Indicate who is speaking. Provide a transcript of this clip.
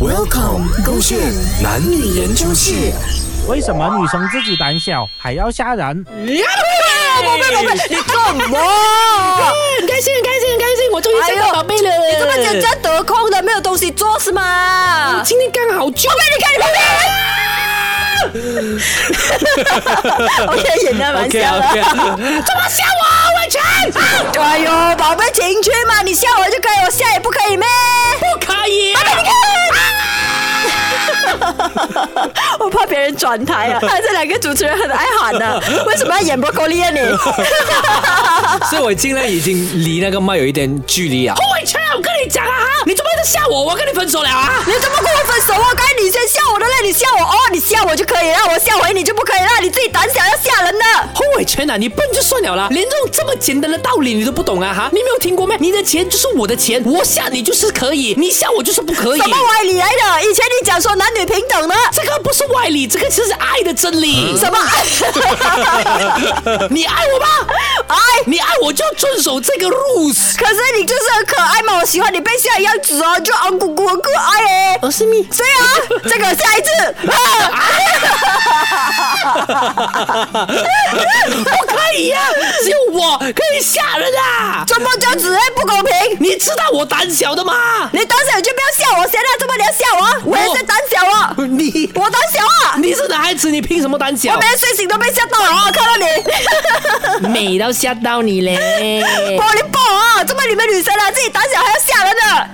Speaker 1: Welcome，勾线男女研究室。
Speaker 2: 为什么女生自己胆小还要吓人？
Speaker 3: 宝贝宝贝，你干嘛？
Speaker 4: 很开心，很开心，很开心，我终于见
Speaker 5: 哎
Speaker 4: 到宝贝了。
Speaker 3: 哎你这么讲，这得空的，没有东西做 是吗？
Speaker 4: 今天刚好就，
Speaker 3: 你看你旁边。我现在演的蛮
Speaker 2: OK
Speaker 3: 像的，
Speaker 4: 怎么吓
Speaker 3: 啊
Speaker 4: 我？伟全，
Speaker 3: 哎呦，宝贝情趣嘛，你吓我就可以，我吓也不可以咩？
Speaker 4: 不可以！
Speaker 3: 我怕别人转台啊！哎，这两个主持人很爱喊的、为什么要演不够力啊你？
Speaker 5: 所以我尽量已经离那个麦有一点距离啊。
Speaker 4: 哦伟全，我跟你讲啊，你怎么一直吓我？我跟你分手了啊！
Speaker 3: 你怎么跟我分手啊？该你先吓我的嘞，你吓我哦，你吓我就可以了，我吓回你就不可以了，你自己胆小要吓人的。
Speaker 4: 后伟全啊，你笨就算了啦，连这种这么简单的道理你都不懂啊哈！你没有听过咩？你的钱就是我的钱，我吓你就是可以，你吓我就是不可以
Speaker 3: 什。么歪理来的？以前你讲说男女平等的，
Speaker 4: 这个不是歪理，这个其实是爱的真 理。
Speaker 3: 什么？
Speaker 4: 你爱我吗？
Speaker 3: 哎，
Speaker 4: 你爱我就要遵守这个 rules。
Speaker 3: 可是你就是很可爱嘛，我喜欢你被吓的样子啊，就昂咕咕很可爱哎。
Speaker 4: 我是你。
Speaker 3: 对啊，这个下一次啊，
Speaker 4: 不可以 呀、只有我可以吓人啊！
Speaker 3: 怎么这样子哎？不公平！
Speaker 4: 你知道我胆小的吗？
Speaker 3: 你胆小就不要吓我，谁让这么你要吓我啊？我也是胆小啊，
Speaker 4: 你
Speaker 3: 我胆小啊，
Speaker 4: 你是男孩子，你凭什么胆小
Speaker 3: 我每？天睡醒都被吓到了啊！看到你。
Speaker 4: 美到吓到你嘞！
Speaker 3: 玻璃爆啊！这么你们女生啊，自己胆小还要吓人的。